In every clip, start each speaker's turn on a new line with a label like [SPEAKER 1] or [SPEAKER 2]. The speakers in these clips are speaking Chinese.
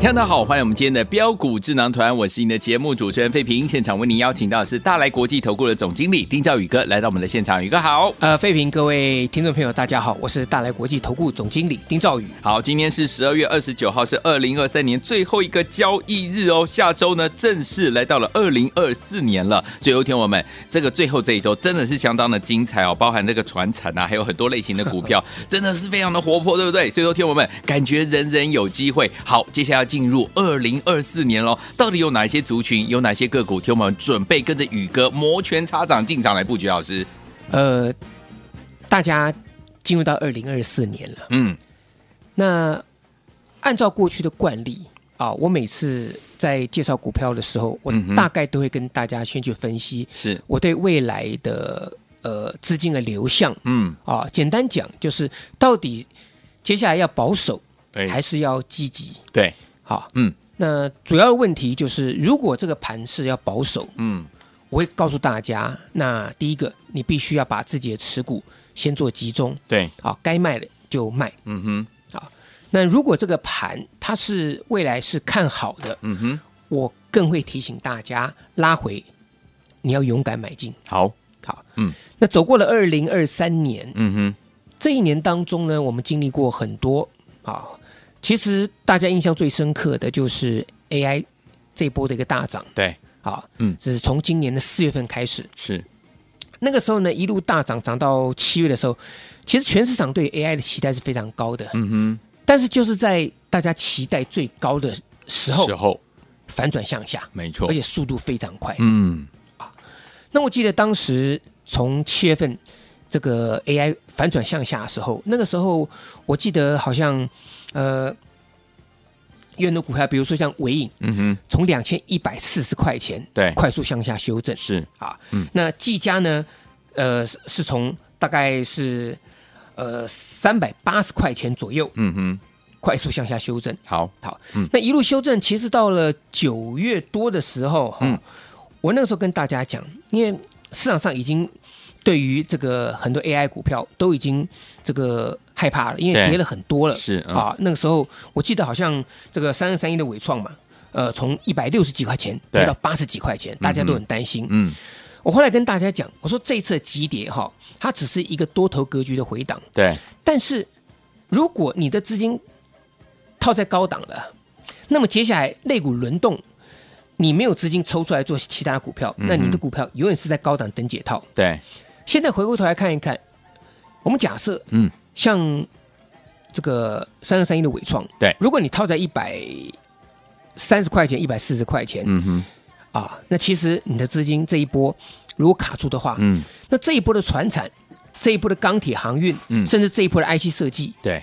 [SPEAKER 1] 听众大家好，欢迎我们今天的标股智囊团，我是你的节目主持人费平。现场为您邀请到的是大来国际投顾的总经理丁兆宇哥来到我们的现场，宇哥好。
[SPEAKER 2] 呃，费评各位听众朋友，大家好，我是大来国际投顾总经理丁兆宇。
[SPEAKER 1] 好，今天是十二月二十九号，是二零二三年最后一个交易日哦。下周呢，正式来到了二零二四年了。所以，有天我们这个最后这一周真的是相当的精彩哦，包含这个船产啊，还有很多类型的股 票，真的是非常的活泼，对不对？所以，说，天我们感觉人人有机会。好，接下来要进入二零二四年喽，到底有哪些族群，有哪些个股，听我们准备跟着宇哥摩拳擦掌进场来布局，老师。
[SPEAKER 2] 呃，大家进入到二零二四年了，
[SPEAKER 1] 嗯，
[SPEAKER 2] 那按照过去的惯例啊，我每次在介绍股票的时候，我
[SPEAKER 1] 嗯哼
[SPEAKER 2] 大概都会跟大家先去分析
[SPEAKER 1] 是，
[SPEAKER 2] 我对未来的呃资金的流向
[SPEAKER 1] 嗯，
[SPEAKER 2] 啊。简单讲，就是到底接下来要保守
[SPEAKER 1] 对
[SPEAKER 2] 还是要积极？
[SPEAKER 1] 对，
[SPEAKER 2] 好，
[SPEAKER 1] 嗯
[SPEAKER 2] 那主要的问题就是，如果这个盘是要保守，
[SPEAKER 1] 嗯，
[SPEAKER 2] 我会告诉大家，那第一个，你必须要把自己的持股先做集中，
[SPEAKER 1] 对，
[SPEAKER 2] 啊，该卖的就卖。
[SPEAKER 1] 嗯哼，
[SPEAKER 2] 那如果这个盘它是未来是看好的，
[SPEAKER 1] 嗯哼。
[SPEAKER 2] 我更会提醒大家拉回，你要勇敢买进。
[SPEAKER 1] 好，
[SPEAKER 2] 好，
[SPEAKER 1] 嗯，
[SPEAKER 2] 那走过了二零二三年，
[SPEAKER 1] 嗯哼，
[SPEAKER 2] 这一年当中呢，我们经历过很多啊。其实大家印象最深刻的就是 AI 这一波的一个大涨
[SPEAKER 1] 对，
[SPEAKER 2] 啊，
[SPEAKER 1] 嗯
[SPEAKER 2] 这是从今年的四月份开始，
[SPEAKER 1] 是，
[SPEAKER 2] 那个时候呢，一路大涨，涨到七月的时候，其实全市场对 AI 的期待是非常高的，
[SPEAKER 1] 嗯
[SPEAKER 2] 但是就是在大家期待最高的时候，
[SPEAKER 1] 候，
[SPEAKER 2] 反转向下，
[SPEAKER 1] 没错
[SPEAKER 2] 而，且速度非常快。
[SPEAKER 1] 嗯，
[SPEAKER 2] 那我记得当时从七月份这个 AI 反转向下的时候，那个时候我记得好像呃，有很多股票，比如说像伟影，
[SPEAKER 1] 嗯哼，
[SPEAKER 2] 从两千一百四十块钱
[SPEAKER 1] 对，
[SPEAKER 2] 快速向下修正，
[SPEAKER 1] 是，
[SPEAKER 2] 啊，
[SPEAKER 1] 嗯
[SPEAKER 2] 那技嘉呢，呃，是是从大概是呃三百八十块钱左右
[SPEAKER 1] 嗯哼，
[SPEAKER 2] 快速向下修正。
[SPEAKER 1] 好，
[SPEAKER 2] 好，
[SPEAKER 1] 嗯
[SPEAKER 2] 那一路修正，其实到了九月多的时候，哈、
[SPEAKER 1] 嗯
[SPEAKER 2] 我那个时候跟大家讲，因为市场上已经对于这个很多 AI 股票都已经这个害怕了，因为
[SPEAKER 1] 对
[SPEAKER 2] 跌了很多了，
[SPEAKER 1] 是嗯
[SPEAKER 2] 啊，那个时候我记得好像这个三二三一的伟创嘛。呃，从一百六十几块钱跌
[SPEAKER 1] 对
[SPEAKER 2] 到八十几块钱，大家都很担心。
[SPEAKER 1] 嗯，
[SPEAKER 2] 我后来跟大家讲，我说这一次的急跌哈，它只是一个多头格局的回档，
[SPEAKER 1] 对，
[SPEAKER 2] 但是如果你的资金套在高档了，那么接下来类股轮动，你没有资金抽出来做其他的股
[SPEAKER 1] 嗯
[SPEAKER 2] 票，那你的股票永远是在高档等解套。
[SPEAKER 1] 对，
[SPEAKER 2] 现在回过头来看一看，我们假设
[SPEAKER 1] 嗯，
[SPEAKER 2] 像这个三二三一的伟创，
[SPEAKER 1] 对
[SPEAKER 2] 如果你套在一百三十块钱、一百四十块钱，
[SPEAKER 1] 嗯哼，
[SPEAKER 2] 啊，那其实你的资金这一波如果卡住的话，
[SPEAKER 1] 嗯，
[SPEAKER 2] 那这一波的船产，这一波的钢铁航运，
[SPEAKER 1] 嗯
[SPEAKER 2] 甚至这一波的 IC 设计，
[SPEAKER 1] 对，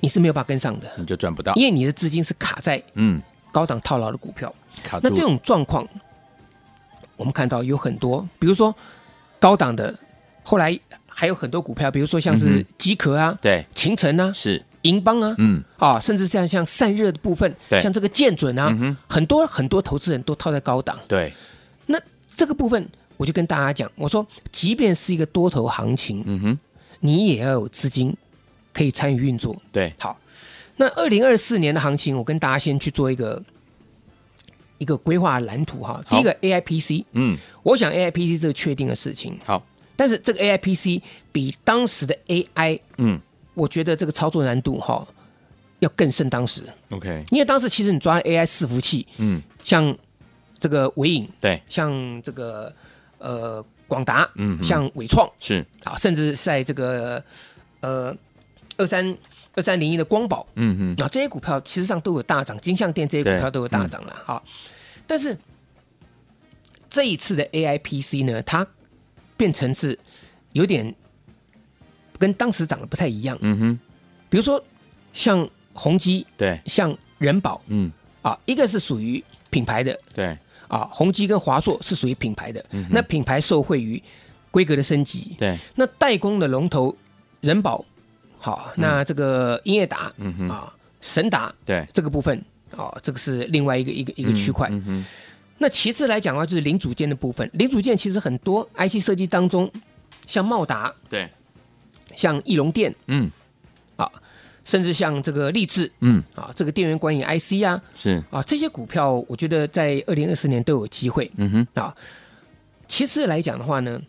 [SPEAKER 2] 你是没有办法跟上的，
[SPEAKER 1] 你就赚不到，
[SPEAKER 2] 因为你的资金是卡在
[SPEAKER 1] 嗯，
[SPEAKER 2] 高档套牢的股票。
[SPEAKER 1] 卡住，
[SPEAKER 2] 那这种状况，我们看到有很多，比如说高档的，后来还有很多股票，比如说像
[SPEAKER 1] 嗯
[SPEAKER 2] 是机壳啊、
[SPEAKER 1] 对，
[SPEAKER 2] 秦城啊、
[SPEAKER 1] 是，
[SPEAKER 2] 银邦啊，
[SPEAKER 1] 嗯，
[SPEAKER 2] 啊，甚至像像散热的部分，
[SPEAKER 1] 对
[SPEAKER 2] 像这个建准啊
[SPEAKER 1] 嗯，哼
[SPEAKER 2] 很多很多投资人都套在高档。
[SPEAKER 1] 对，
[SPEAKER 2] 那这个部分，我就跟大家讲，我说，即便是一个多头行情，
[SPEAKER 1] 嗯哼，
[SPEAKER 2] 你也要有资金可以参与运作。
[SPEAKER 1] 对，
[SPEAKER 2] 好，那二零二四年的行情，我跟大家先去做一个一个规划蓝图哈。第一个 AIPC，
[SPEAKER 1] 嗯，
[SPEAKER 2] 我想 AIPC 这个确定的事情，
[SPEAKER 1] 好，
[SPEAKER 2] 但是这个 AIPC 比当时的 AI，
[SPEAKER 1] 嗯
[SPEAKER 2] 我觉得这个操作难度哈要更胜当时，
[SPEAKER 1] ，OK，
[SPEAKER 2] 因为当时其实你抓 AI 伺服器，
[SPEAKER 1] 嗯，
[SPEAKER 2] 像这个微影，
[SPEAKER 1] 对，
[SPEAKER 2] 像这个呃广达，
[SPEAKER 1] 嗯哼
[SPEAKER 2] 像伟创
[SPEAKER 1] 是，
[SPEAKER 2] 啊，甚至在这个呃二三二三零一的光宝
[SPEAKER 1] 嗯哼，嗯
[SPEAKER 2] 啊，这些股票其实上都有大涨，金像店这些股票都有大涨了啊。但是这一次的 AIPC 呢，它变成是有点跟当时长得不太一样。
[SPEAKER 1] 嗯哼，
[SPEAKER 2] 比如说像宏基、
[SPEAKER 1] 对，
[SPEAKER 2] 像人保
[SPEAKER 1] 嗯，
[SPEAKER 2] 啊，一个是属于品牌的
[SPEAKER 1] 对，
[SPEAKER 2] 啊，宏基跟华硕是属于品牌的。
[SPEAKER 1] 嗯
[SPEAKER 2] 那品牌受惠于规格的升级，
[SPEAKER 1] 对，
[SPEAKER 2] 那代工的龙头人保，好，
[SPEAKER 1] 嗯
[SPEAKER 2] 那这个英业达，啊，神达，
[SPEAKER 1] 对，
[SPEAKER 2] 这个部分啊，这个是另外一个一个一个区块。
[SPEAKER 1] 嗯哼，
[SPEAKER 2] 那其次来讲的话，就是零组件的部分，零组件其实很多 IC 设计当中，像茂达、
[SPEAKER 1] 对，
[SPEAKER 2] 像翼龙电，
[SPEAKER 1] 嗯
[SPEAKER 2] 甚至像这个立志
[SPEAKER 1] 嗯，
[SPEAKER 2] 啊，这个电源管理 IC 啊，
[SPEAKER 1] 是，
[SPEAKER 2] 啊，这些股票我觉得在二零二四年都有机会
[SPEAKER 1] 嗯哼，
[SPEAKER 2] 啊。其次来讲的话呢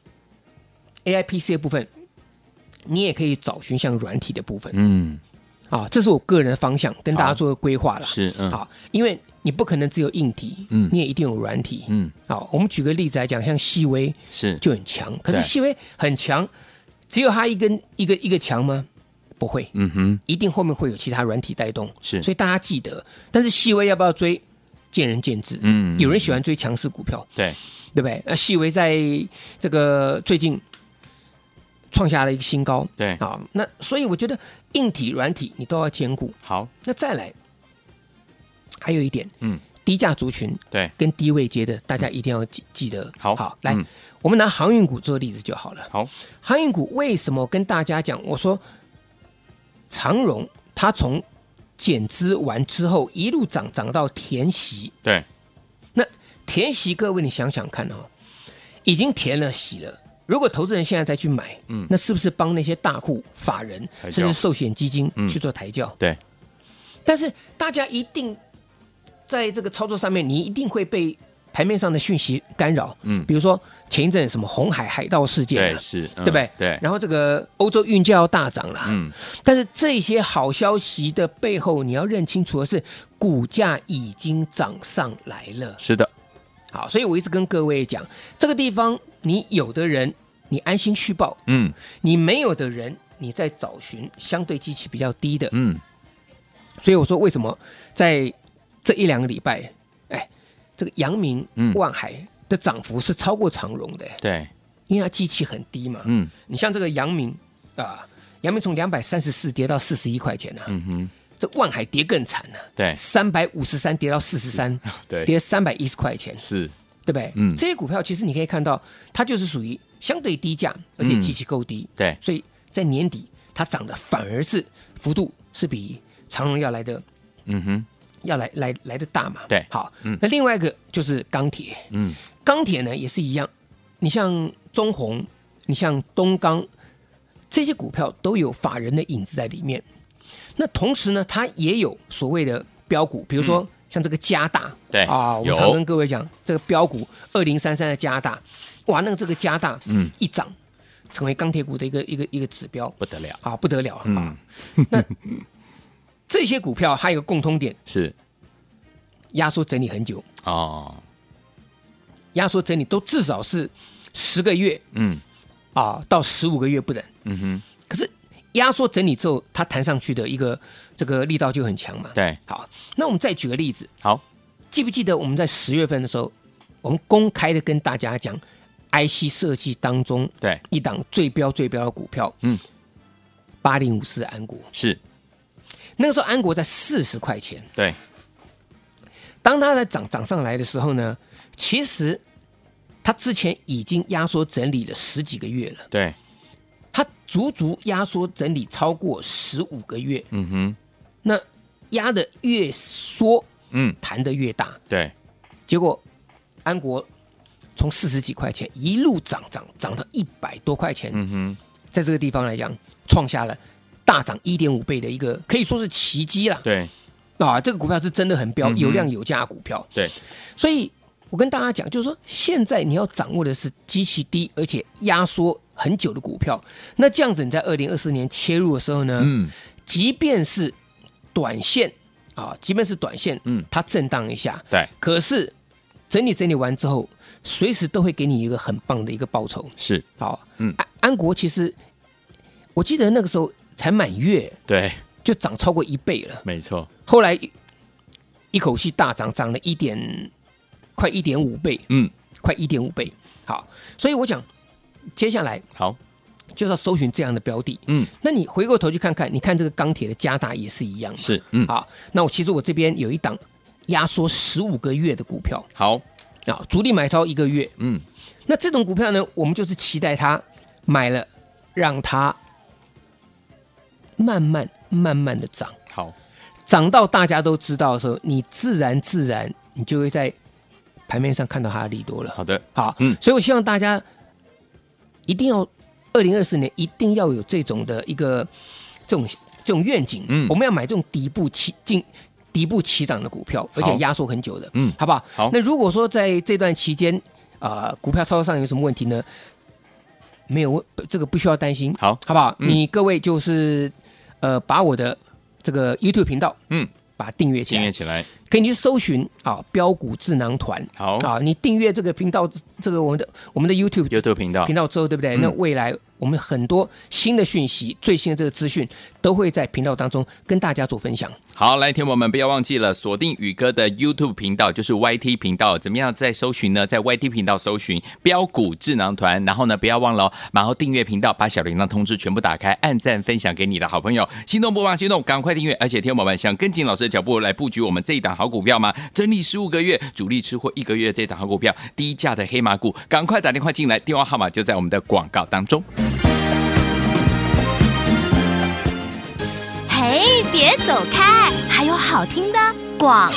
[SPEAKER 2] ，AIPC 的部分，你也可以找寻像软体的部分
[SPEAKER 1] 嗯，
[SPEAKER 2] 啊，这是我个人的方向，跟大
[SPEAKER 1] 好
[SPEAKER 2] 家做个规划了。
[SPEAKER 1] 是，嗯，
[SPEAKER 2] 好，因为你不可能只有硬体，
[SPEAKER 1] 嗯
[SPEAKER 2] 你也一定有软体。
[SPEAKER 1] 嗯，
[SPEAKER 2] 好，我们举个例子来讲，像细微
[SPEAKER 1] 是，
[SPEAKER 2] 就很强，可是
[SPEAKER 1] 对
[SPEAKER 2] 细微很强，只有它一根一个一个强吗？不会，
[SPEAKER 1] 嗯哼，
[SPEAKER 2] 一定后面会有其他软体带动。
[SPEAKER 1] 是
[SPEAKER 2] 所以大家记得，但是细微要不要追，见仁见智。
[SPEAKER 1] 嗯
[SPEAKER 2] 有人喜欢追强势股票，
[SPEAKER 1] 对，
[SPEAKER 2] 对不对？呃，细微在这个最近创下了一个新高。
[SPEAKER 1] 对，
[SPEAKER 2] 啊，那所以我觉得硬体、软体你都要兼顾。
[SPEAKER 1] 好，
[SPEAKER 2] 那再来，还有一点，
[SPEAKER 1] 嗯，
[SPEAKER 2] 低价族群
[SPEAKER 1] 对，
[SPEAKER 2] 跟低位接的，大家一定要记记得。
[SPEAKER 1] 好
[SPEAKER 2] 好，来，
[SPEAKER 1] 嗯
[SPEAKER 2] 我们拿航运股做例子就好了。
[SPEAKER 1] 好，
[SPEAKER 2] 航运股为什么跟大家讲？我说长荣它从减资完之后一路涨涨到填息，
[SPEAKER 1] 对，
[SPEAKER 2] 那填息，各位你想想看哦，已经填了息了。如果投资人现在再去买，嗯，那是不是帮那些大户、法人
[SPEAKER 1] 抬轿
[SPEAKER 2] 甚至寿险基金
[SPEAKER 1] 嗯
[SPEAKER 2] 去做抬轿？
[SPEAKER 1] 对，
[SPEAKER 2] 但是大家一定在这个操作上面，你一定会被牌面上的讯息干扰。
[SPEAKER 1] 嗯
[SPEAKER 2] 比如说前一阵什么红海海盗事件、
[SPEAKER 1] 对，
[SPEAKER 2] 啊，
[SPEAKER 1] 是，对嗯
[SPEAKER 2] 对不对？
[SPEAKER 1] 对，
[SPEAKER 2] 然后这个欧洲运价要大涨了，
[SPEAKER 1] 嗯，
[SPEAKER 2] 但是这些好消息的背后，你要认清楚的是，股价已经涨上来了。
[SPEAKER 1] 是的，
[SPEAKER 2] 好，所以我一直跟各位讲，这个地方你有的人你安心续报，
[SPEAKER 1] 嗯
[SPEAKER 2] 你没有的人你在找寻相对机器比较低的，
[SPEAKER 1] 嗯，
[SPEAKER 2] 所以我说为什么在这一两个礼拜，哎，这个阳明
[SPEAKER 1] 嗯、
[SPEAKER 2] 万海的涨幅是超过长荣的，
[SPEAKER 1] 对，
[SPEAKER 2] 因为它机器很低嘛。
[SPEAKER 1] 嗯
[SPEAKER 2] 你像这个阳明啊，阳明从两百三十四跌到四十一块钱呢、啊
[SPEAKER 1] 嗯哼，
[SPEAKER 2] 这万海跌更惨呢、
[SPEAKER 1] 对
[SPEAKER 2] 三百五十三跌到四十三，
[SPEAKER 1] 对，
[SPEAKER 2] 跌三百一十块钱，
[SPEAKER 1] 是，
[SPEAKER 2] 对不对？
[SPEAKER 1] 嗯
[SPEAKER 2] 这些股票其实你可以看到，它就是属于相对低价，而且
[SPEAKER 1] 嗯
[SPEAKER 2] 机器够低，
[SPEAKER 1] 对，
[SPEAKER 2] 所以在年底它涨的反而是幅度是比长荣要来的
[SPEAKER 1] 嗯哼，
[SPEAKER 2] 要来来来的大嘛。
[SPEAKER 1] 对
[SPEAKER 2] 好，
[SPEAKER 1] 嗯
[SPEAKER 2] 那另外一个就是钢铁，
[SPEAKER 1] 嗯，
[SPEAKER 2] 钢铁呢也是一样，你像中红，你像东钢，这些股票都有法人的影子在里面。那同时呢，它也有所谓的标股，比如说像这个加大，
[SPEAKER 1] 嗯对
[SPEAKER 2] 啊，我
[SPEAKER 1] 有
[SPEAKER 2] 们常跟各位讲这个标股二零三三的加大，哇，那个这个加大，
[SPEAKER 1] 嗯，
[SPEAKER 2] 一涨成为钢铁股的一个一个一个指标
[SPEAKER 1] 不得了，
[SPEAKER 2] 啊，不得了啊！
[SPEAKER 1] 嗯，
[SPEAKER 2] 这些股票还有一个共通点，
[SPEAKER 1] 是，
[SPEAKER 2] 压缩整理很久，
[SPEAKER 1] 哦，
[SPEAKER 2] 压缩整理都至少是十个月
[SPEAKER 1] 嗯
[SPEAKER 2] 啊到十五个月不等。
[SPEAKER 1] 嗯哼，
[SPEAKER 2] 可是压缩整理之后，它弹上去的一个这个力道就很强嘛。，
[SPEAKER 1] 对，
[SPEAKER 2] 好，那我们再举个例子，
[SPEAKER 1] 好，
[SPEAKER 2] 记不记得我们在十月份的时候，我们公开的跟大家讲，IC 设计当中
[SPEAKER 1] 对，
[SPEAKER 2] 一档最标最标的股票，
[SPEAKER 1] 嗯，
[SPEAKER 2] 八零五四安国，
[SPEAKER 1] 是，
[SPEAKER 2] 那个时候安国在四十块钱，
[SPEAKER 1] 对，
[SPEAKER 2] 当它在涨涨上来的时候呢，其实它之前已经压缩整理了十几个月了，
[SPEAKER 1] 对，
[SPEAKER 2] 它足足压缩整理超过十五个月，
[SPEAKER 1] 嗯哼，
[SPEAKER 2] 那压的越缩，
[SPEAKER 1] 嗯，
[SPEAKER 2] 弹的越大，
[SPEAKER 1] 对，
[SPEAKER 2] 结果安国从四十几块钱一路涨涨涨到一百多块钱，
[SPEAKER 1] 嗯哼，
[SPEAKER 2] 在这个地方来讲，创下了大涨一点五倍的一个可以说是奇迹啦。
[SPEAKER 1] 对，
[SPEAKER 2] 啊，这个股票是真的很标，
[SPEAKER 1] 嗯哼
[SPEAKER 2] 有量有价的股票。
[SPEAKER 1] 对，
[SPEAKER 2] 所以我跟大家讲，就是说现在你要掌握的是极其低而且压缩很久的股票。那这样子，你在二零二四年切入的时候呢，
[SPEAKER 1] 嗯，
[SPEAKER 2] 即便是短线啊，即便是短线，
[SPEAKER 1] 嗯
[SPEAKER 2] 嗯，它震荡一下，
[SPEAKER 1] 对，
[SPEAKER 2] 可是整理整理完之后，随时都会给你一个很棒的一个报酬。
[SPEAKER 1] 是，
[SPEAKER 2] 好，
[SPEAKER 1] 嗯
[SPEAKER 2] 嗯，安安国其实我记得那个时候才满月
[SPEAKER 1] 对，
[SPEAKER 2] 就涨超过一倍了，
[SPEAKER 1] 没错，
[SPEAKER 2] 后来一一口气大涨，涨了一点快一点五倍，
[SPEAKER 1] 嗯，
[SPEAKER 2] 快一点五倍。好，所以我讲，接下来
[SPEAKER 1] 好，
[SPEAKER 2] 就是要搜寻这样的标的。
[SPEAKER 1] 嗯，
[SPEAKER 2] 那你回过头去看看，你看这个钢铁的加大也是一样嘛。
[SPEAKER 1] 是，嗯，
[SPEAKER 2] 好，那我其实我这边有一档压缩十五个月的股票
[SPEAKER 1] 好，
[SPEAKER 2] 啊，主力买超一个月。
[SPEAKER 1] 嗯，
[SPEAKER 2] 那这种股票呢，我们就是期待它买了，让它慢慢慢慢的涨，
[SPEAKER 1] 好，
[SPEAKER 2] 涨到大家都知道的时候，你自然自然你就会在盘面上看到它的利多了。
[SPEAKER 1] 好的，
[SPEAKER 2] 好，
[SPEAKER 1] 嗯
[SPEAKER 2] 嗯，所以我希望大家一定要二零二四年一定要有这种的一个这种这种愿景，
[SPEAKER 1] 嗯
[SPEAKER 2] 嗯，我们要买这种底部起进底部起涨的股票，而且压缩很久的，
[SPEAKER 1] 嗯
[SPEAKER 2] 好不好？
[SPEAKER 1] 好
[SPEAKER 2] 那如果说在这段期间啊、呃股票操作上有什么问题呢？没有问，这个不需要担心，
[SPEAKER 1] 好
[SPEAKER 2] 好不好？
[SPEAKER 1] 嗯
[SPEAKER 2] 你各位就是呃，把我的这个 YouTube 频道，
[SPEAKER 1] 嗯，
[SPEAKER 2] 把它订阅起
[SPEAKER 1] 订
[SPEAKER 2] 来
[SPEAKER 1] 阅，起来，
[SPEAKER 2] 可以你去搜寻啊，标股智囊团。
[SPEAKER 1] 好
[SPEAKER 2] 啊，你订阅这个频道，这个我们的我们的 YouTube
[SPEAKER 1] ，YouTube 频道
[SPEAKER 2] 频，道之后，对不对？
[SPEAKER 1] 嗯
[SPEAKER 2] 那未来我们很多新的讯息、最新的这个资讯，都会在频道当中跟大家做分享。
[SPEAKER 1] 好，来，天友们不要忘记了锁定宇哥的 YouTube 频道，就是 YT 频道。怎么样在搜寻呢？在 YT 频道搜寻“标股智囊团”，然后呢，不要忘了、哦，然后订阅频道，把小铃铛通知全部打开，按赞分享给你的好朋友。心动不忙心动，赶快订阅！而且天友们想跟紧老师的脚步来布局我们这一档好股票吗？整理十五个月，主力吃货一个月的这一档好股票，低价的黑马股，赶快打电话进来，电话号码就在我们的广告当中。
[SPEAKER 3] 嘿，别走开，还有好听的广。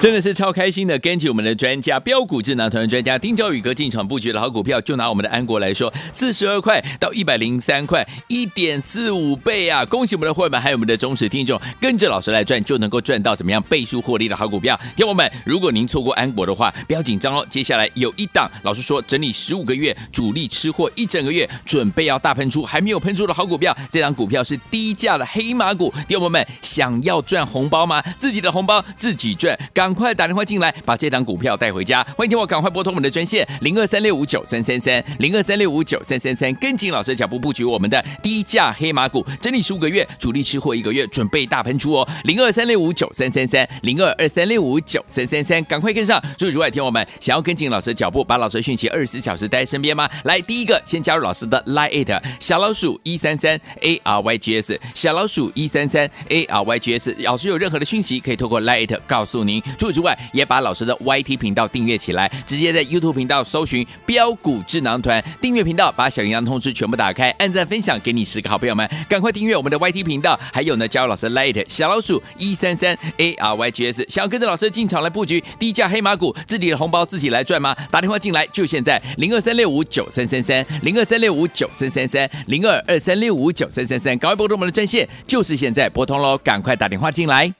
[SPEAKER 1] 真的是超开心的，跟起我们的专家标股智囊团的专家丁兆宇哥进场布局的好股票，就拿我们的安国来说，四十二块到一百零三块，一点四五倍啊！恭喜我们的会员，还有我们的忠实听众，跟着老师来赚，就能够赚到怎么样倍数获利的好股票。听友们，如果您错过安国的话，不要紧张哦，接下来有一档，老师说整理十五个月，主力吃货一整个月，准备要大喷出，还没有喷出的好股票，这档股票是低价的黑马股，听友们想要赚红包吗？自己的红包自己赚，赶快打电话进来，把这档股票带回家。欢迎听我赶快拨通我们的专线零二三六五九三三三零二三六五九三三三，跟紧老师的脚步布局我们的低价黑马股，整理十五个月，主力吃货一个月，准备大喷出哦。零二三六五九三三三零二二三六五九三三三，赶快跟上。除此之外，听我们想要跟紧老师的脚步，把老师的讯息二十四小时待在身边吗？来，第一个先加入老师的 Line It 小老鼠一三三 A R Y G S 小老鼠一三三 A R Y G S，老师有任何的讯息可以透过 Line It 告诉您。除此之外，也把老师的 YT 频道订阅起来，直接在 YouTube 频道搜寻“标股智囊团”订阅频道，把小铃铛通知全部打开，按赞分享给你十个好朋友们，赶快订阅我们的 YT 频道，还有呢，加入老师 Line It 小老鼠一三三 A R Y G S，想要跟着老师进场来布局低价黑马股，自己的红包自己来赚吗？打电话进来就现在，零二三六五九三三三，零二三六五九三三三，零二二三六五九三三三，赶快拨通我们的专线，就是现在拨通喽，赶快打电话进来。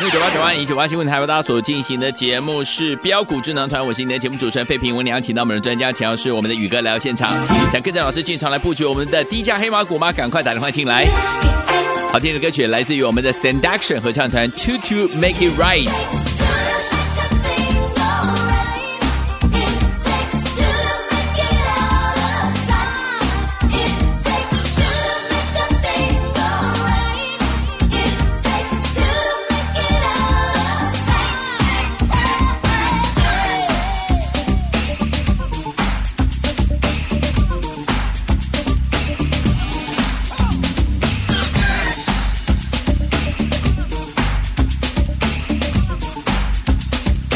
[SPEAKER 1] 六九八九万以九八新闻台为大家所进行的节目是标股智囊团，我是你的节目主持人费平，我们俩请到我们的专家钱老师，我们的宇哥来到现场，想跟着老师进场来布局我们的低价黑马股吗？赶快打电话进来。好听的歌曲来自于我们的 Stand Action 合唱团 To To Make It Right。
[SPEAKER 4] It takes two to make it all outside. It takes two to make it all outside.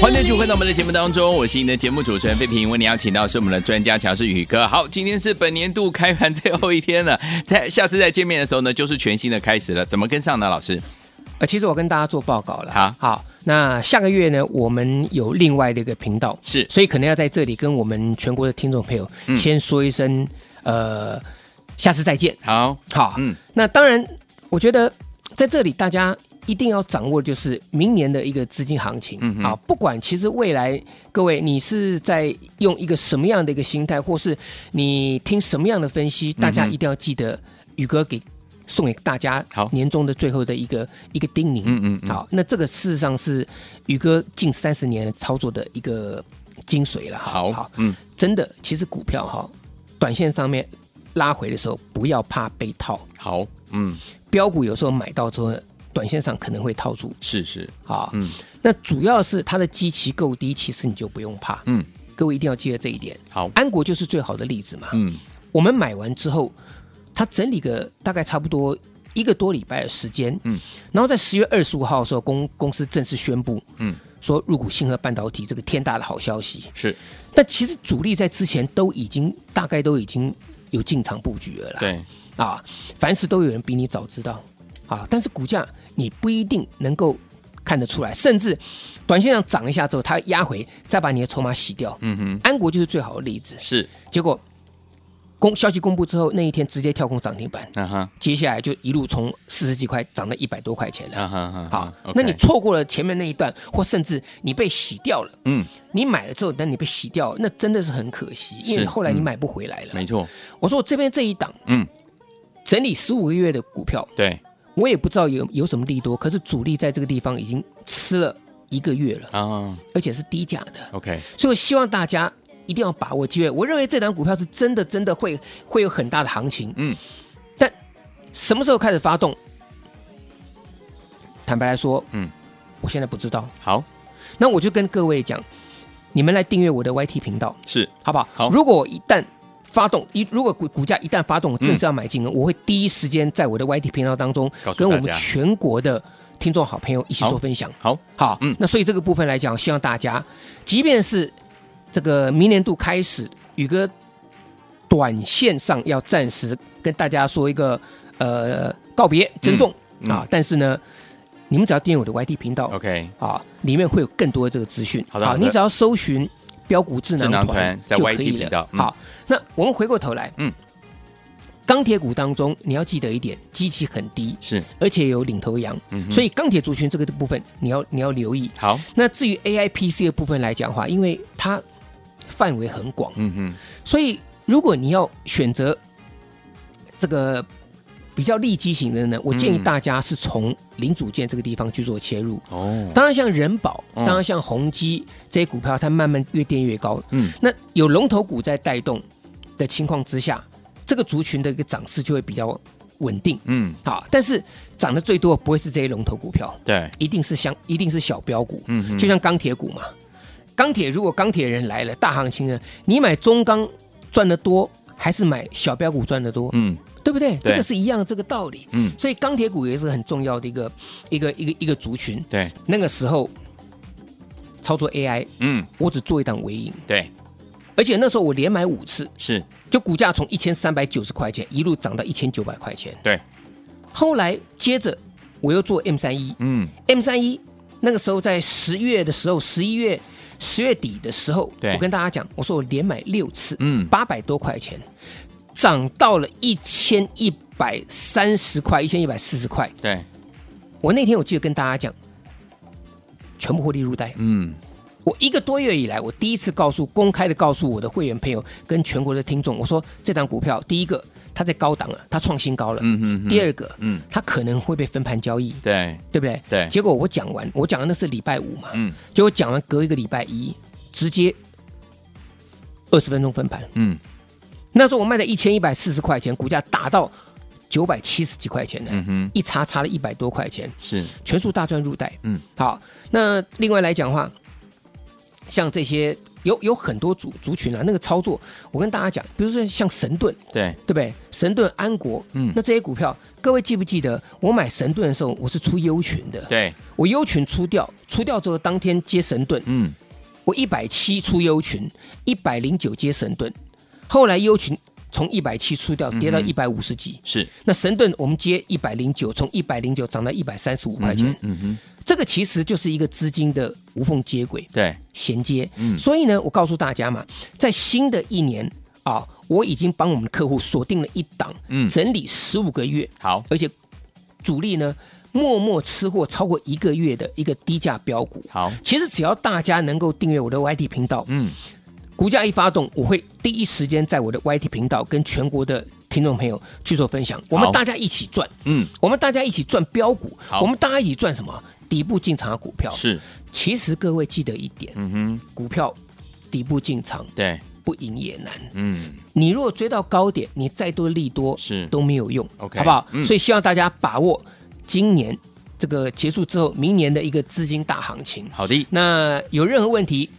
[SPEAKER 1] 欢迎继续回到我们的节目当中，我是你的节目主持人费平，为你邀请到是我们的专家乔氏宇哥。好，今天是本年度开盘最后一天了，在下次再见面的时候呢，就是全新的开始了，怎么跟上呢？老师，
[SPEAKER 2] 呃，其实我跟大家做报告了。
[SPEAKER 1] 好
[SPEAKER 2] 好，那下个月呢，我们有另外的一个频道，
[SPEAKER 1] 是嗯
[SPEAKER 2] 所以可能要在这里跟我们全国的听众朋友先说一声，呃，下次再见。
[SPEAKER 1] 好，
[SPEAKER 2] 好，
[SPEAKER 1] 嗯，
[SPEAKER 2] 那当然，我觉得在这里大家一定要掌握，就是明年的一个资金行情。
[SPEAKER 1] 嗯哼
[SPEAKER 2] 啊，不管其实未来各位你是在用一个什么样的一个心态，或是你听什么样的分
[SPEAKER 1] 嗯
[SPEAKER 2] 析，大家一定要记得宇哥给。送给大家
[SPEAKER 1] 好
[SPEAKER 2] 年终的最后的一个一个叮咛，
[SPEAKER 1] 嗯嗯嗯
[SPEAKER 2] 好，那这个事实上是宇哥近三十年操作的一个精髓了哈，
[SPEAKER 1] 好，嗯，
[SPEAKER 2] 真的，其实股票哈，短线上面拉回的时候，不要怕被套。
[SPEAKER 1] 好，嗯，
[SPEAKER 2] 标股有时候买到之后，短线上可能会套住
[SPEAKER 1] 是是，
[SPEAKER 2] 啊。
[SPEAKER 1] 嗯，
[SPEAKER 2] 那主要是它的基期够低，其实你就不用怕。
[SPEAKER 1] 嗯，
[SPEAKER 2] 各位一定要记得这一点。
[SPEAKER 1] 好，
[SPEAKER 2] 安国就是最好的例子嘛。
[SPEAKER 1] 嗯，
[SPEAKER 2] 我们买完之后，它整理个大概差不多一个多礼拜的时间。
[SPEAKER 1] 嗯，
[SPEAKER 2] 然后在十月二十五号的时候，公公司正式宣布，
[SPEAKER 1] 嗯，
[SPEAKER 2] 说入股星河半导体这个天大的好消息。
[SPEAKER 1] 是
[SPEAKER 2] 但其实主力在之前都已经大概都已经有进场布局了啦。
[SPEAKER 1] 对，
[SPEAKER 2] 啊，凡事都有人比你早知道啊，但是股价你不一定能够看得出来，甚至短线上涨一下之后，它压回，再把你的筹码洗掉。
[SPEAKER 1] 嗯哼，
[SPEAKER 2] 安国就是最好的例子。
[SPEAKER 1] 是，
[SPEAKER 2] 结果公消息公布之后，那一天直接跳空涨停板，
[SPEAKER 1] 嗯哼，
[SPEAKER 2] 接下来就一路从四十几块涨到一百多块钱了。
[SPEAKER 1] 嗯哼嗯哼，
[SPEAKER 2] 好，
[SPEAKER 1] OK
[SPEAKER 2] 那你错过了前面那一段，或甚至你被洗掉了。
[SPEAKER 1] 嗯，
[SPEAKER 2] 你买了之后，但你被洗掉，那真的是很可惜，因为
[SPEAKER 1] 是
[SPEAKER 2] 后来你
[SPEAKER 1] 嗯
[SPEAKER 2] 买不回来了。
[SPEAKER 1] 没错，
[SPEAKER 2] 我说我这边这一档，
[SPEAKER 1] 嗯，
[SPEAKER 2] 整理十五个月的股票，
[SPEAKER 1] 对，
[SPEAKER 2] 我也不知道有有什么利多，可是主力在这个地方已经吃了一个月了，
[SPEAKER 1] 啊
[SPEAKER 2] 而且是低价的，
[SPEAKER 1] ，OK，
[SPEAKER 2] 所以我希望大家一定要把握机会。我认为这档股票是真的真的会会有很大的行情，
[SPEAKER 1] 嗯，
[SPEAKER 2] 但什么时候开始发动？坦白来说，
[SPEAKER 1] 嗯，
[SPEAKER 2] 我现在不知道。
[SPEAKER 1] 好，
[SPEAKER 2] 那我就跟各位讲，你们来订阅我的 YT 频道，
[SPEAKER 1] 是，
[SPEAKER 2] 好不好？
[SPEAKER 1] 好
[SPEAKER 2] 如果一旦发动一，如果股股价一旦发动，我正式要买进了，我会第一时间在我的 YT 频道当中
[SPEAKER 1] 嗯告诉
[SPEAKER 2] 跟我们
[SPEAKER 1] 大家
[SPEAKER 2] 全国的听众好朋友一起
[SPEAKER 1] 好
[SPEAKER 2] 做分享。
[SPEAKER 1] 好，
[SPEAKER 2] 好，
[SPEAKER 1] 嗯
[SPEAKER 2] 那所以这个部分来讲，希望大家，即便是这个明年度开始，宇哥短线上要暂时跟大家说一个呃告别珍重、
[SPEAKER 1] 嗯
[SPEAKER 2] 啊，但是呢，你们只要订阅我的 YT 频道
[SPEAKER 1] OK，
[SPEAKER 2] 啊，里面会有更多的这个资讯。
[SPEAKER 1] 好的好的
[SPEAKER 2] 你只要搜寻标股智
[SPEAKER 1] 智
[SPEAKER 2] 囊
[SPEAKER 1] 囊
[SPEAKER 2] 团
[SPEAKER 1] 团在
[SPEAKER 2] 就可
[SPEAKER 1] YT
[SPEAKER 2] 以
[SPEAKER 1] 频
[SPEAKER 2] 了
[SPEAKER 1] 道。嗯
[SPEAKER 2] 好，那我们回过头来，
[SPEAKER 1] 嗯，
[SPEAKER 2] 钢铁股当中你要记得一点，基期很低，
[SPEAKER 1] 是，
[SPEAKER 2] 而且有领头羊，
[SPEAKER 1] 嗯哼
[SPEAKER 2] 所以钢铁族群这个部分你要你要留意。
[SPEAKER 1] 好，
[SPEAKER 2] 那至于 AIPC 的部分来讲的话，因为它范围很广，
[SPEAKER 1] 嗯哼，
[SPEAKER 2] 所以如果你要选择这个比较利基型的呢，我建议
[SPEAKER 1] 嗯
[SPEAKER 2] 大家是从零组件这个地方去做切入。
[SPEAKER 1] 哦，
[SPEAKER 2] 当然，像人保，
[SPEAKER 1] 嗯
[SPEAKER 2] 当然像宏基这些股票，它慢慢越垫越高。
[SPEAKER 1] 嗯，
[SPEAKER 2] 那有龙头股在带动的情况之下，这个族群的一个涨势就会比较稳定。
[SPEAKER 1] 嗯，
[SPEAKER 2] 好，但是涨得最多不会是这些龙头股票，
[SPEAKER 1] 对，
[SPEAKER 2] 一定是相一定是小标股。
[SPEAKER 1] 嗯哼
[SPEAKER 2] 就像钢铁股嘛，钢铁如果钢铁人来了，大行情呢，你买中钢赚得多，还是买小标股赚得多？
[SPEAKER 1] 嗯，
[SPEAKER 2] 对不对？
[SPEAKER 1] 对
[SPEAKER 2] 这个是一样的这个道理。
[SPEAKER 1] 嗯
[SPEAKER 2] 所以钢铁股也是很重要的一个一个一个一个族群。
[SPEAKER 1] 对，
[SPEAKER 2] 那个时候操作 AI，
[SPEAKER 1] 嗯，
[SPEAKER 2] 我只做一档尾影，
[SPEAKER 1] 对，
[SPEAKER 2] 而且那时候我连买五次，
[SPEAKER 1] 是，
[SPEAKER 2] 就股价从一千三百九十块钱一路涨到一千九百块钱。
[SPEAKER 1] 对，
[SPEAKER 2] 后来接着我又做 M 三一
[SPEAKER 1] 嗯，
[SPEAKER 2] ，M 三一那个时候在十月的时候，十一月十月底的时候，
[SPEAKER 1] 对
[SPEAKER 2] 我跟大家讲，我说我连买六次，
[SPEAKER 1] 嗯
[SPEAKER 2] 八百多块钱，涨到了一千一百三十块，一千一百四十块。
[SPEAKER 1] 对，
[SPEAKER 2] 我那天我记得跟大家讲，全部获利入袋。
[SPEAKER 1] 嗯，
[SPEAKER 2] 我一个多月以来，我第一次告诉公开的告诉我的会员朋友跟全国的听众，我说这档股票，第一个它在高档了，它创新高了。
[SPEAKER 1] 嗯哼哼
[SPEAKER 2] 第二个，
[SPEAKER 1] 嗯
[SPEAKER 2] 嗯，它可能会被分盘交易，
[SPEAKER 1] 对，
[SPEAKER 2] 对不对？
[SPEAKER 1] 对
[SPEAKER 2] 结果我讲完，我讲的那是礼拜五嘛，
[SPEAKER 1] 嗯，
[SPEAKER 2] 结果讲完隔一个礼拜一，直接二十分钟分盘。
[SPEAKER 1] 嗯，
[SPEAKER 2] 那时候我卖了一千一百四十块钱，股价打到九百七十几块钱呢，
[SPEAKER 1] 嗯哼，
[SPEAKER 2] 一差差了一百多块钱。
[SPEAKER 1] 是，
[SPEAKER 2] 全数大赚入袋。
[SPEAKER 1] 嗯
[SPEAKER 2] 嗯，好，那另外来讲的话，像这些有有很多族族群啊，那个操作，我跟大家讲，比如说像神盾，
[SPEAKER 1] 对，
[SPEAKER 2] 对不对？神盾、安国，
[SPEAKER 1] 嗯
[SPEAKER 2] 嗯，那这些股票，各位记不记得，我买神盾的时候，我是出优群的，
[SPEAKER 1] 对，
[SPEAKER 2] 我优群出掉，出掉之后当天接神盾，
[SPEAKER 1] 嗯，
[SPEAKER 2] 我一百七出优群，一百零九接神盾，后来优群从一百七出掉，
[SPEAKER 1] 嗯
[SPEAKER 2] 跌到一百五十几。
[SPEAKER 1] 是，
[SPEAKER 2] 那神盾我们接一百零九，从一百零九涨到一百三十五块钱，
[SPEAKER 1] 嗯哼，
[SPEAKER 2] 这个其实就是一个资金的无缝接轨。
[SPEAKER 1] 对，
[SPEAKER 2] 衔接。
[SPEAKER 1] 嗯
[SPEAKER 2] 所以呢，我告诉大家嘛，在新的一年啊，我已经帮我们的客户锁定了一档，
[SPEAKER 1] 嗯
[SPEAKER 2] 整理十五个月，
[SPEAKER 1] 好，
[SPEAKER 2] 而且主力呢默默吃货超过一个月的一个低价标股。
[SPEAKER 1] 好，
[SPEAKER 2] 其实只要大家能够订阅我的 YT 频道，
[SPEAKER 1] 嗯，
[SPEAKER 2] 股价一发动，我会第一时间在我的 YT 频道跟全国的听众朋友去做分享，我们大家一起赚，
[SPEAKER 1] 嗯，
[SPEAKER 2] 我们大家一起赚标股
[SPEAKER 1] 好，
[SPEAKER 2] 我们大家一起赚什么？底部进场的股票。
[SPEAKER 1] 是，
[SPEAKER 2] 其实各位记得一点，
[SPEAKER 1] 嗯哼，
[SPEAKER 2] 股票底部进场
[SPEAKER 1] 对，
[SPEAKER 2] 不赢也难。
[SPEAKER 1] 嗯，
[SPEAKER 2] 你如果追到高点，你再多利多
[SPEAKER 1] 是
[SPEAKER 2] 都没有用
[SPEAKER 1] OK，
[SPEAKER 2] 好不好？
[SPEAKER 1] 嗯
[SPEAKER 2] 所以希望大家把握今年这个结束之后，明年的一个资金大行情。
[SPEAKER 1] 好的，
[SPEAKER 2] 那有任何问题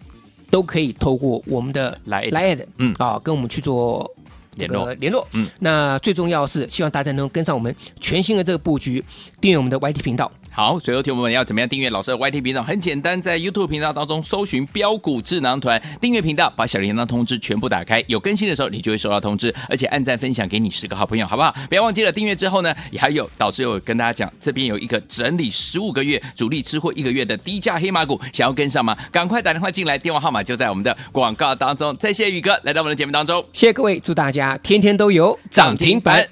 [SPEAKER 2] 都可以透过我们的
[SPEAKER 1] Line 嗯
[SPEAKER 2] 嗯啊，跟我们去做这
[SPEAKER 1] 联络
[SPEAKER 2] 个联络。
[SPEAKER 1] 嗯
[SPEAKER 2] 嗯，那最重要的是希望大家能够跟上我们全新的这个布局，订阅我们的 YT 频道。
[SPEAKER 1] 好，所有听众们要怎么样订阅老师的 YT 频道？很简单，在 YouTube 频道当中搜寻“标股智囊团”，订阅频道，把小铃铛通知全部打开，有更新的时候你就会收到通知，而且按赞分享给你十个好朋友，好不好？不要忘记了订阅之后呢，也还有导师有跟大家讲，这边有一个整理十五个月主力吃货一个月的低价黑马股，想要跟上吗？赶快打电话进来，电话号码就在我们的广告当中。再谢谢宇哥来到我们的节目当中，
[SPEAKER 2] 谢谢各位，祝大家天天都有
[SPEAKER 1] 涨停板。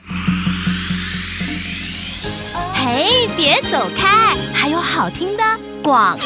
[SPEAKER 3] 嘿，别走开，还有好听的广。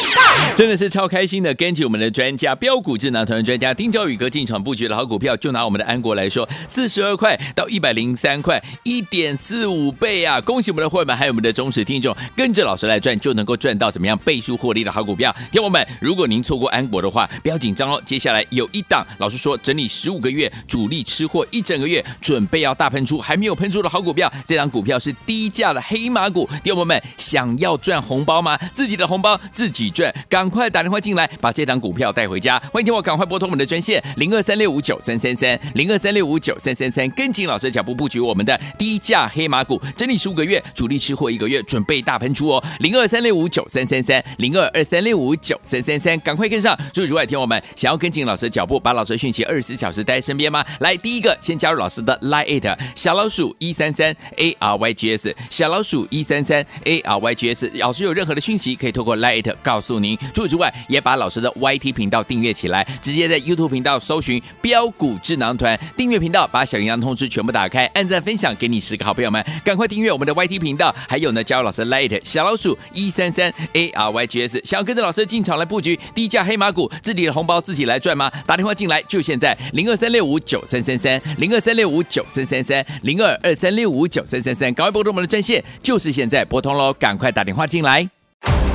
[SPEAKER 1] 真的是超开心的，跟紧我们的专家标股智囊团专家丁兆宇哥进场布局的好股票，就拿我们的安国来说，四十二块到一百零三块，一点四五倍啊！恭喜我们的会员，还有我们的忠实听众，跟着老师来赚，就能够赚到怎么样倍数获利的好股票。听友们，如果您错过安国的话，不要紧张哦，接下来有一档，老师说整理十五个月，主力吃货一整个月，准备要大喷出，还没有喷出的好股票，这档股票是低价的黑马股，听友们想要赚红包吗？自己的红包自己赚，赶快打电话进来，把这档股票带回家。欢迎听我赶快拨通我们的专线零二三六五九三三三零二三六五九三三三，跟紧老师的脚步布局我们的低价黑马股，整理十五个月，主力吃货一个月，准备大喷出哦。零二三六五九三三三零二二三六五九三三三，赶快跟上。除此之外，听我们想要跟紧老师的脚步，把老师的讯息二十四小时待在身边吗？来，第一个先加入老师的 Line It 小老鼠一三三 A R Y G S 小老鼠一三三 A R Y G S，老师有任何的讯息可以透过 Line It 告诉您。除此之外，也把老师的 YT 频道订阅起来，直接在 YouTube 频道搜寻“标股智囊团”订阅频道，把小铃铛通知全部打开，按赞分享给你十个好朋友们，赶快订阅我们的 YT 频道，还有呢，加入老师 Line It 小老鼠一三三 A R Y G S，想要跟着老师进场来布局低价黑马股，自己的红包自己来赚吗？打电话进来就现在，零二三六五九三三三，零二三六五九三三三，零二二三六五九三三三，赶快拨通我们的专线，就是现在拨通喽，赶快打电话进来。